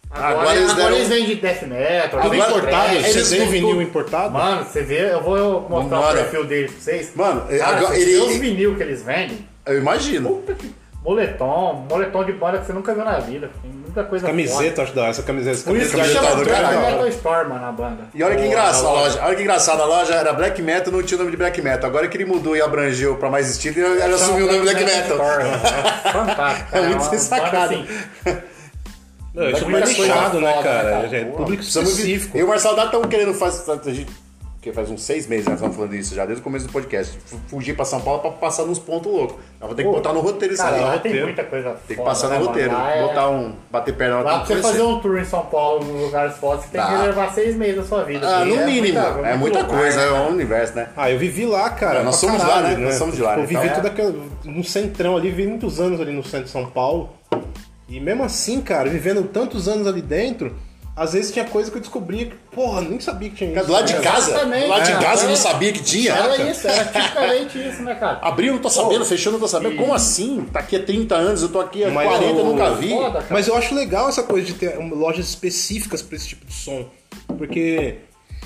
S3: Agora,
S2: Agora
S3: agora
S2: eles
S3: eles,
S2: deram- um-
S3: vendem Death Metal,
S1: Tudo
S3: agora-
S1: importado,
S3: é,
S1: você
S2: eles
S1: tem
S2: não-
S1: vinil importado?
S3: Mano, você vê, eu vou mostrar
S2: Mano.
S3: o perfil deles pra vocês.
S2: Mano, é,
S3: Cara,
S2: agora
S3: você
S2: ele-
S3: vê os vinil que eles vendem.
S2: Eu imagino.
S3: Puta que- Moletom, moletom de banda que você nunca viu na vida. Tem muita coisa
S1: Camiseta, acho da essa camiseta. Essa
S3: foda. Por isso
S1: camiseta
S3: que
S2: camiseta
S3: chama
S2: do
S3: Black
S2: caralho.
S3: Metal Store, mano, a banda.
S2: E olha que
S3: Pô,
S2: engraçado a
S3: a
S2: loja. Olha que engraçado, a loja era Black Metal, não tinha o nome de Black Metal. Agora que ele mudou e abrangeu pra mais estilo, ele ele assumiu o nome Black Metal.
S3: Fantástico. cara.
S2: É muito
S3: uma banda,
S2: sacado.
S3: assim,
S1: Não, isso é
S2: Muita
S1: muito
S2: coisa
S1: nichado, né,
S3: foda,
S1: cara?
S3: cara.
S1: É público
S2: Precisamos de-
S1: específico.
S2: Eu e o Marcelo Dá estamos querendo fazer. a gente porque faz uns seis meses que nós estamos falando isso já, desde o começo do podcast. F- Fugir pra São Paulo pra passar nos pontos loucos. Nós vamos ter que botar no roteiro isso
S3: Cara,
S2: aí.
S3: lá
S2: ó.
S3: tem muita coisa
S2: Tem que
S3: foda,
S2: passar no
S3: né, mano?
S2: roteiro.
S3: Lá é-
S2: Botar um. bater perna
S3: Lá
S2: lá
S3: pra você
S2: tem
S3: fazer
S2: um.
S3: um tour em São Paulo, nos lugares fodas, você tem
S2: Dá.
S3: que levar seis meses da sua vida.
S2: Ah,
S3: porque
S2: no mínimo.
S3: muita-
S2: É muita
S3: lugar,
S2: coisa,
S3: né?
S2: é um universo, né?
S1: Ah, eu vivi lá, cara.
S2: É, nós
S1: pra
S2: somos lá,
S1: caralho, Tipo,
S2: né? Nós somos de lá,
S1: Eu
S2: né?
S1: vivi
S2: Então,
S1: toda aquela. no centrão ali, vivi muitos anos ali no centro de São Paulo. E mesmo assim, cara, vivendo tantos anos ali dentro, às vezes tinha coisa que eu descobria que, porra, nem sabia que tinha isso.
S2: Do lado de
S1: né?
S2: casa.
S3: Exatamente,
S2: Do lado de
S3: cara.
S2: casa eu não
S3: É.
S2: sabia que tinha.
S3: Era
S2: cara.
S3: isso, era tipicamente isso, né, cara?
S2: Abriu, não tô sabendo, fechou, não tô sabendo.
S3: e-
S2: Como assim? Tá aqui há 30 anos, eu tô aqui há
S1: Mas
S2: 40,
S1: o-
S2: nunca vi.
S3: Foda, cara.
S1: Mas eu acho legal essa coisa de ter um, lojas específicas pra esse tipo de som. Porque,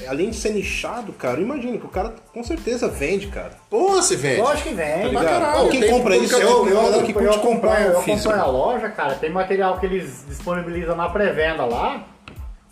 S1: é, além de ser nichado, cara, eu imagino que o cara com certeza vende, cara.
S2: Porra, você vende.
S3: Lógico que vem.
S1: Tá ligado?
S2: caralho,
S1: Quem
S2: tem
S1: compra
S2: tudo
S1: isso
S2: que
S1: é
S2: eu-
S1: o é
S2: eu-
S1: o cara que curte
S3: Eu
S1: comprar
S2: um
S3: acompanho, eu
S1: o
S3: acompanho
S1: físico.
S3: a loja, cara, tem material que eles disponibilizam na pré-venda lá.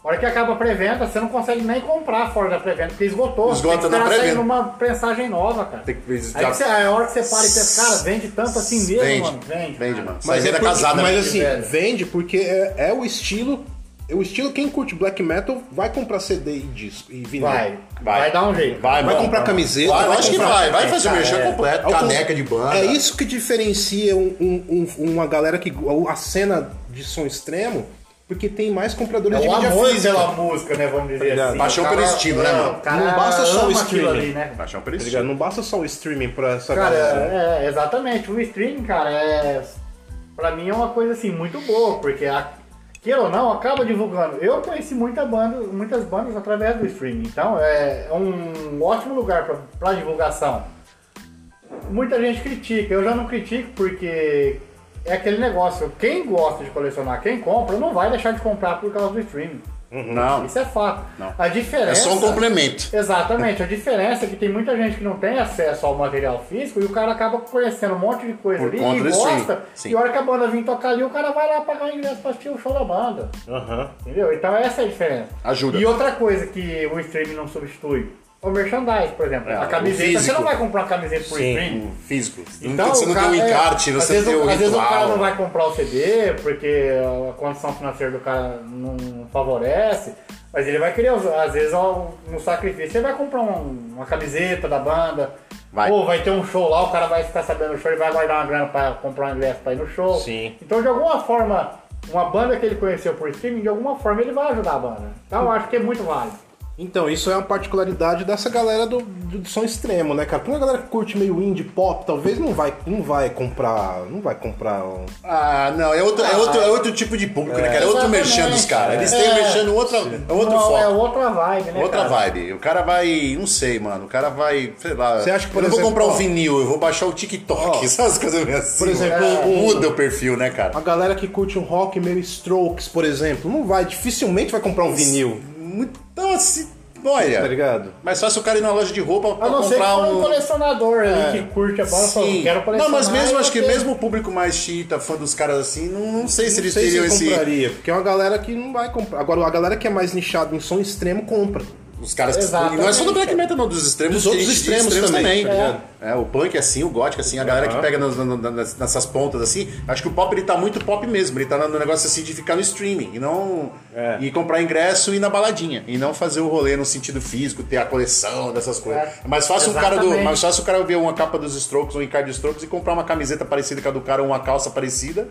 S3: A hora que acaba a pré-venda, você não consegue nem comprar fora da pré-venda, porque esgotou.
S2: Esgota
S3: tem que
S2: na
S3: esperar sair
S2: pré-venda.
S3: numa prensagem nova, cara.
S2: Tem que-
S3: Aí
S2: já-
S3: que você, a hora que você para e pensa, cara, vende tanto assim mesmo,
S2: Vende.
S3: mano. Vende.
S2: Vende,
S3: cara.
S2: mano.
S1: Mas é
S2: Saída
S1: porque,
S2: casada,
S1: mas
S2: né?
S1: assim,
S3: velho.
S1: vende porque é, é o estilo. é O estilo, quem curte black metal vai comprar CD e disco e vinil.
S3: Vai, vai. dar um jeito.
S1: Vai
S2: Vai, mano.
S1: comprar camiseta.
S2: Vai, lógico que
S1: comprar-
S2: vai. Vai fazer o merchan completo,
S1: Ao con-
S2: caneca de banda.
S1: É isso que diferencia um- um- um- uma galera que. A cena de som extremo, porque tem mais compradores
S3: É
S1: de
S3: o
S1: mídia
S3: amor
S1: física.
S3: pela música, né? Vamos dizer
S1: ligado?
S3: assim.
S2: Paixão
S3: O cara-
S2: pelo estilo, né,
S3: é,
S2: mano?
S3: o cara
S1: Não basta só o
S3: ama aquilo
S1: streaming.
S3: ali, né?
S2: Paixão por
S1: Tá
S2: isso.
S1: ligado? Não basta só o streaming pra essa
S3: Cara,
S2: né?
S1: galera.
S3: é, exatamente. O streaming, cara, é. Pra mim é uma coisa assim muito boa, porque a... queira ou não, acaba divulgando. Eu conheci muita banda, muitas bandas através do streaming, então é um ótimo lugar pra, pra divulgação. Muita gente critica, eu já não critico porque é aquele negócio, quem gosta de colecionar, quem compra, não vai deixar de comprar por causa do streaming.
S2: Não.
S3: Isso é fato.
S2: Não.
S3: A diferença.
S2: É só um complemento.
S3: Exatamente, a diferença é que tem muita gente que não tem acesso ao material físico e o cara acaba conhecendo um monte de coisa
S2: Por
S3: ali
S2: conta
S3: e
S2: do
S3: gosta.
S2: streaming, sim.
S3: E a hora que a banda vir tocar ali, o cara vai lá pagar o ingresso pra assistir o show da banda.
S1: Aham.
S3: Entendeu? Então essa é a diferença.
S2: Ajuda.
S3: E outra coisa que o streaming não substitui, o merchandise, por exemplo.
S2: É,
S3: a
S2: o
S3: camiseta,
S2: físico.
S3: você não vai comprar uma camiseta por
S1: Sim.
S3: streaming.
S2: O Físico. Não
S3: Então,
S2: tem- você não tem
S3: cara-
S2: o
S3: é,
S2: encarte,
S3: às
S2: você não
S3: vezes
S2: tem
S3: o-
S2: o
S3: Às vezes o cara não
S2: ritual.
S3: vai comprar o CD porque a condição financeira do cara não favorece, mas ele vai querer, usar. às vezes, ao- no sacrifício, ele vai comprar um- uma camiseta da banda.
S2: Vai.
S3: Ou vai ter um show lá, o cara vai ficar sabendo do show, ele vai guardar uma grana pra comprar um ingresso pra ir no show.
S1: Sim.
S3: Então, de alguma forma, uma banda que ele conheceu por streaming, de alguma forma ele vai ajudar a banda. Então, eu acho que é muito válido.
S1: Então, isso é uma particularidade dessa galera do, do som extremo, né, cara? Porque uma galera que curte meio indie pop, talvez não vai, não vai comprar. Não vai comprar. um-
S2: Ah, não, é outro, é, outro, é outro tipo de público, né, cara? É outro
S3: Exatamente.
S2: merchan dos caras. Eles têm
S3: É.
S2: o merchan no outro, é outro
S3: Não,
S2: foco.
S3: É outra vibe, né?
S2: Outra
S3: cara?
S2: vibe. O cara vai, não sei, mano. O cara vai, sei lá.
S1: Você acha que, por
S2: eu não
S1: exemplo,
S2: vou comprar
S1: ó,
S2: um vinil, eu vou baixar o TikTok.
S1: ó,
S2: essas coisas meio assim.
S1: por exemplo,
S2: mano.
S1: um-
S2: muda o perfil, né,
S1: A
S2: cara?
S1: galera que curte um rock meio Strokes, por exemplo, não vai, dificilmente vai comprar um vinil,
S2: Então, assim,
S1: tá
S2: olha.
S1: ligado?
S2: Mas só se o cara ir na loja de roupa
S3: A
S2: pra
S3: não ser que
S2: comprar
S3: for um
S2: um.
S3: colecionador ali que curte a bola e fala,
S2: Sim.
S3: quero colecionar.
S2: Não, mas mesmo
S3: eu
S2: acho que
S3: quero.
S2: mesmo o público mais chita, fã dos caras assim, não, não sei se
S1: Não
S2: eles
S1: sei se
S2: teriam esse.
S1: compraria, porque é uma galera que não vai comprar. Agora, a galera que é mais nichada em som extremo compra.
S2: Os caras que
S3: Exatamente.
S2: E não é só do black metal, não, dos extremos.
S1: Dos outros
S2: tem- de
S1: extremos também, tá ligado?
S2: É. É, o punk é assim, o gótico é assim, a galera que
S1: Aham.
S2: pega nas- nas- nas- nessas pontas assim. Acho que o pop ele tá muito pop mesmo. Ele tá no negócio assim de ficar no streaming e não.
S1: É.
S2: E comprar ingresso e ir na baladinha. E não fazer o rolê no sentido físico, ter a coleção dessas coisas.
S3: É.
S2: É mais fácil, o cara do,
S3: Exatamente.
S2: mais fácil o cara ver uma capa dos strokes ou um encarte dos strokes e comprar uma camiseta parecida com a do cara ou uma calça parecida.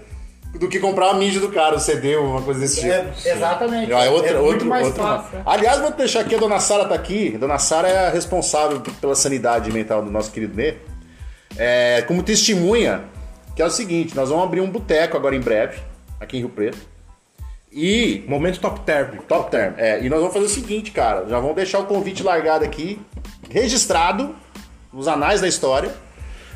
S2: Do que comprar a mídia do cara, o CD, uma coisa desse tipo.
S3: É, exatamente.
S2: Ah, é outra,
S3: muito
S2: outro,
S3: mais
S2: outro
S3: fácil.
S2: mapa.
S3: né?
S2: Aliás, vou deixar aqui, a dona Sara tá aqui. A dona Sara é a responsável pela sanidade mental do nosso querido Nê. É, como testemunha, que é o seguinte, nós vamos abrir um boteco agora em breve, aqui em Rio Preto. E
S1: Momento top term.
S2: Top Term. É, e nós vamos fazer o seguinte, cara. Já vamos deixar o convite largado aqui, registrado, nos anais da história.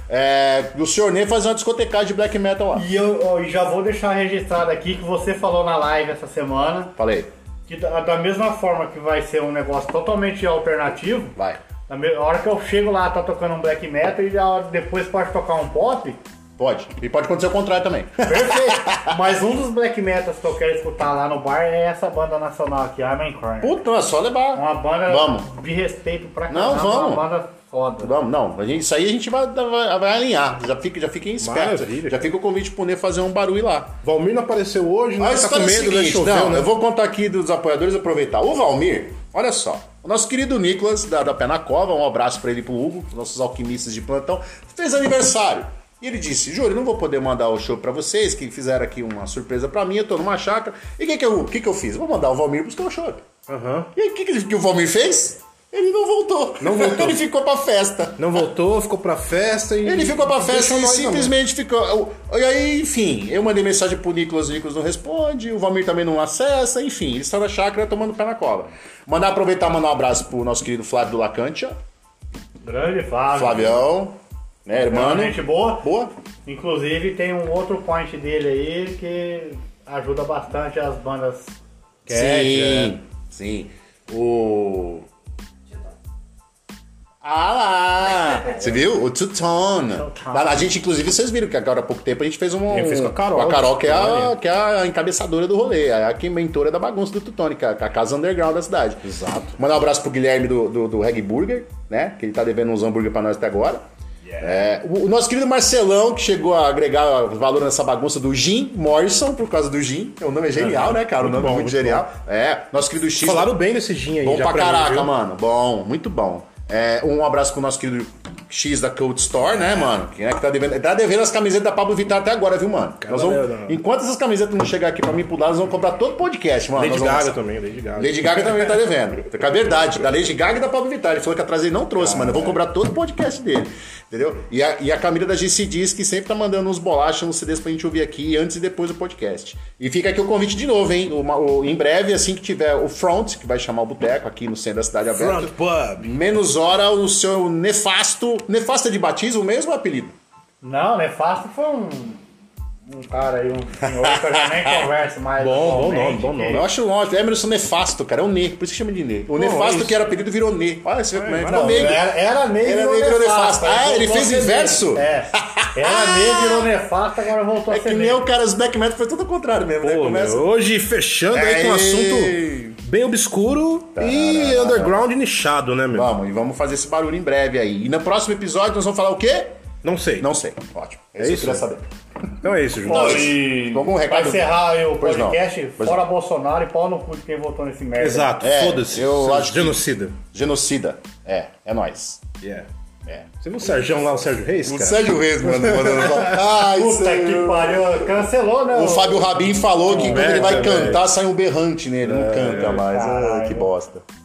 S2: É, o senhor Ney fazer uma discotecagem de black metal lá.
S3: E eu, ó, e já vou deixar registrado aqui que você falou na live essa semana
S2: Falei,
S3: que da, da mesma forma que vai ser um negócio totalmente alternativo,
S2: vai.
S3: na me- a hora que eu chego lá tá tocando um black metal e a hora- depois pode tocar um pop,
S2: Pode. E pode acontecer o contrário também.
S3: perfeito. Mas um dos black metals que eu quero escutar lá no bar é essa banda nacional aqui, Armin Korn.
S2: Puta, é só levar.
S1: Ah.
S3: Uma banda
S2: Vamos.
S3: de respeito pra
S2: Não,
S3: caramba, é
S2: vamos.
S3: Uma banda foda.
S2: Vamos, não. A gente- isso aí a gente vai, vai, vai alinhar. Já fica, já fiquem espertos.
S1: Maravilha.
S2: Já fica o convite pro Ney fazer um barulho lá.
S1: Valmir não apareceu hoje, não
S2: A
S1: tá
S2: história
S1: com
S2: é a
S1: medo, né?
S2: seguinte,
S1: Choveu,
S2: não,
S1: né?
S2: Eu vou contar aqui dos apoiadores aproveitar. O Valmir, olha só. O nosso querido Nicolas, da, da Penacova, um abraço para ele e pro Hugo, nossos alquimistas de plantão, fez aniversário. E ele disse: Júlio, não vou poder mandar o show para vocês, que fizeram aqui uma surpresa para mim, eu tô numa chácara. E o que, que, eu, que, que eu fiz? Vou mandar o Valmir buscar o show.
S1: Aham.
S2: E o que, que, ele- que o Valmir fez? Ele não voltou.
S1: Não voltou.
S2: ele ficou pra festa.
S1: Não voltou, ficou pra festa e.
S2: Ele ficou pra festa
S1: Deixou
S2: e
S1: nós né? na mão.
S2: simplesmente ficou. E aí, enfim, eu mandei mensagem pro Nicolas, o Nicolas não responde, o Valmir também não acessa, enfim, eles estão na chácara tomando pé na cobra. Mandar aproveitar e mandar um abraço pro nosso querido Flávio do Lacantia,
S3: Grande Flávio.
S2: Flavião, né, irmão?
S3: Gente boa.
S2: Boa.
S3: Inclusive tem um outro point dele aí que ajuda bastante as bandas. é.
S2: Sim, sim. O. Ah lá! Você viu? O Tutone.
S3: Tutone.
S2: A gente, inclusive, vocês viram que agora há pouco tempo a gente fez um.
S1: Eu fiz com a Carol.
S2: com a Carol, que é a,
S1: Olha.
S2: que é a encabeçadora do rolê, é a que mentora da bagunça do Tutone, que é a casa underground da cidade.
S1: Exato.
S2: Mandar um abraço pro Guilherme do, do, do Reg Burger, né? Que ele tá devendo uns hambúrguer pra nós até agora. É, o, o nosso querido Marcelão, que chegou a agregar valor nessa bagunça do Jim Morrison, por causa do Jim. O nome é genial, né, cara? O
S1: Muito
S2: nome é
S1: bom,
S2: muito
S1: muito
S2: genial. É, nosso querido X.
S1: Falaram bem nesse gin aí,
S2: bom
S1: já
S2: pra
S1: mim,
S2: caraca,
S1: viu?
S2: mano. Bom, muito bom. É, um abraço pro nosso querido X da Cold Store, né, mano? Que, né, que tá, devendo, tá devendo as camisetas da Pablo Vittar até agora, viu, mano? Nós vamos-
S1: Caralho, não.
S2: enquanto essas camisetas não chegar aqui pra mim pular, nós vamos comprar todo o podcast, mano.
S1: Lady
S2: Nós vamos-
S1: Gaga também, Lady Gaga.
S2: Lady Gaga também tá devendo. Com a verdade. Da Lady Gaga e da Pablo Vittar. Ele falou que atrás ele não trouxe, mano. Eu vou cobrar todo o podcast dele. Entendeu? E a, e a Camila da GC diz que sempre tá mandando uns bolachas, uns CDs pra gente ouvir aqui antes e depois do podcast. E fica aqui o convite de novo, hein? Uma- o- em breve, assim que tiver o Front, que vai chamar o Boteco aqui no centro da cidade aberta.
S1: Front Pub.
S2: Menos hora o seu nefasto. Nefasto é de batismo mesmo ou apelido?
S3: Não, Nefasto foi um, um cara aí, um senhor que eu já nem converso mais.
S1: Bom, bom
S3: atualmente,
S1: nome, bom
S3: que-
S1: nome.
S2: Eu acho ótimo. Emerson Nefasto, cara. É o Ne. Por isso que chama de Ne. O Nefasto
S1: isso.
S2: que era apelido virou Ne. Olha, você vê como é. Ficou
S3: Não,
S2: negro.
S3: era, era negro
S2: Era
S3: virou
S2: negro virou nefasto.
S3: nefasto.
S2: Ah,
S1: né?
S3: Aí
S2: ele
S3: voltou
S2: fez
S3: a ser
S2: inverso?
S3: negro. É. Era negro, virou nefasto, agora voltou
S2: É
S3: a ser
S2: que nem
S3: negro.
S2: o cara, os black metal foi tudo ao contrário mesmo, né?
S1: Pô,
S2: Começa...
S1: meu, hoje fechando aí com um
S2: Ei.
S1: assunto bem obscuro
S2: Tá.
S1: e underground nichado, né, meu?
S2: Vamos, e vamos fazer esse barulho em breve aí. E no próximo episódio nós vamos falar o quê?
S1: Não sei.
S2: Não sei. Ótimo. É isso que eu
S1: isso?
S2: queria saber.
S1: Então é isso, Júlio.
S3: Bom,
S2: Dois.
S3: e
S2: Algum
S3: pra
S2: um recado?
S3: encerrar aí o
S2: Pois não.
S3: podcast,
S2: Pois
S3: fora Bolsonaro e pau no cu de quem votou nesse merda.
S1: Exato,
S2: É,
S1: foda-se.
S2: eu
S1: seus
S2: acho que-
S1: genocida.
S2: Genocida. É, é nós.
S1: Yeah.
S2: É.
S1: Você viu o Sérgio lá, o Sérgio Reis, cara?
S2: Sérgio Reis, mano. mandando- Ai,
S3: Puta que
S2: Senhor.
S3: pariu, cancelou, né?
S2: O Fábio Rabin falou que quando ele vai
S1: Merda, velho.
S2: cantar sai um berrante nele, não canta mais. Ah,
S3: caralho.
S2: que bosta.